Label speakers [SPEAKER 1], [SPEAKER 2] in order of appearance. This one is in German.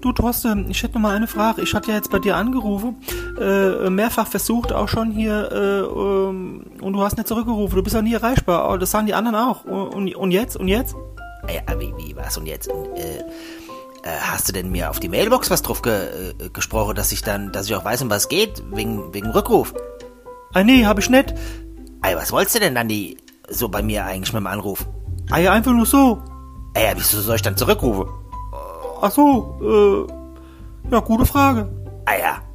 [SPEAKER 1] Du, Thorsten, ich hätte noch mal eine Frage. Ich hatte ja jetzt bei dir angerufen, äh, mehrfach versucht, auch schon hier, äh, ähm, und du hast nicht zurückgerufen. Du bist ja nie erreichbar. Aber das sagen die anderen auch. Und, und jetzt? Und jetzt?
[SPEAKER 2] Ah Ja, wie, wie was und jetzt? Und, äh, äh, hast du denn mir auf die Mailbox was drauf ge äh, gesprochen, dass ich dann, dass ich auch weiß, um was geht, wegen, wegen Rückruf?
[SPEAKER 1] Ah, nee, hab ich nicht.
[SPEAKER 2] Ey, was wolltest du denn dann die so bei mir eigentlich mit dem Anruf?
[SPEAKER 1] Ah, ja, einfach nur so.
[SPEAKER 2] Ey, ja, wieso soll ich dann zurückrufen?
[SPEAKER 1] Ach so, äh, ja, gute Frage.
[SPEAKER 2] Ah ja,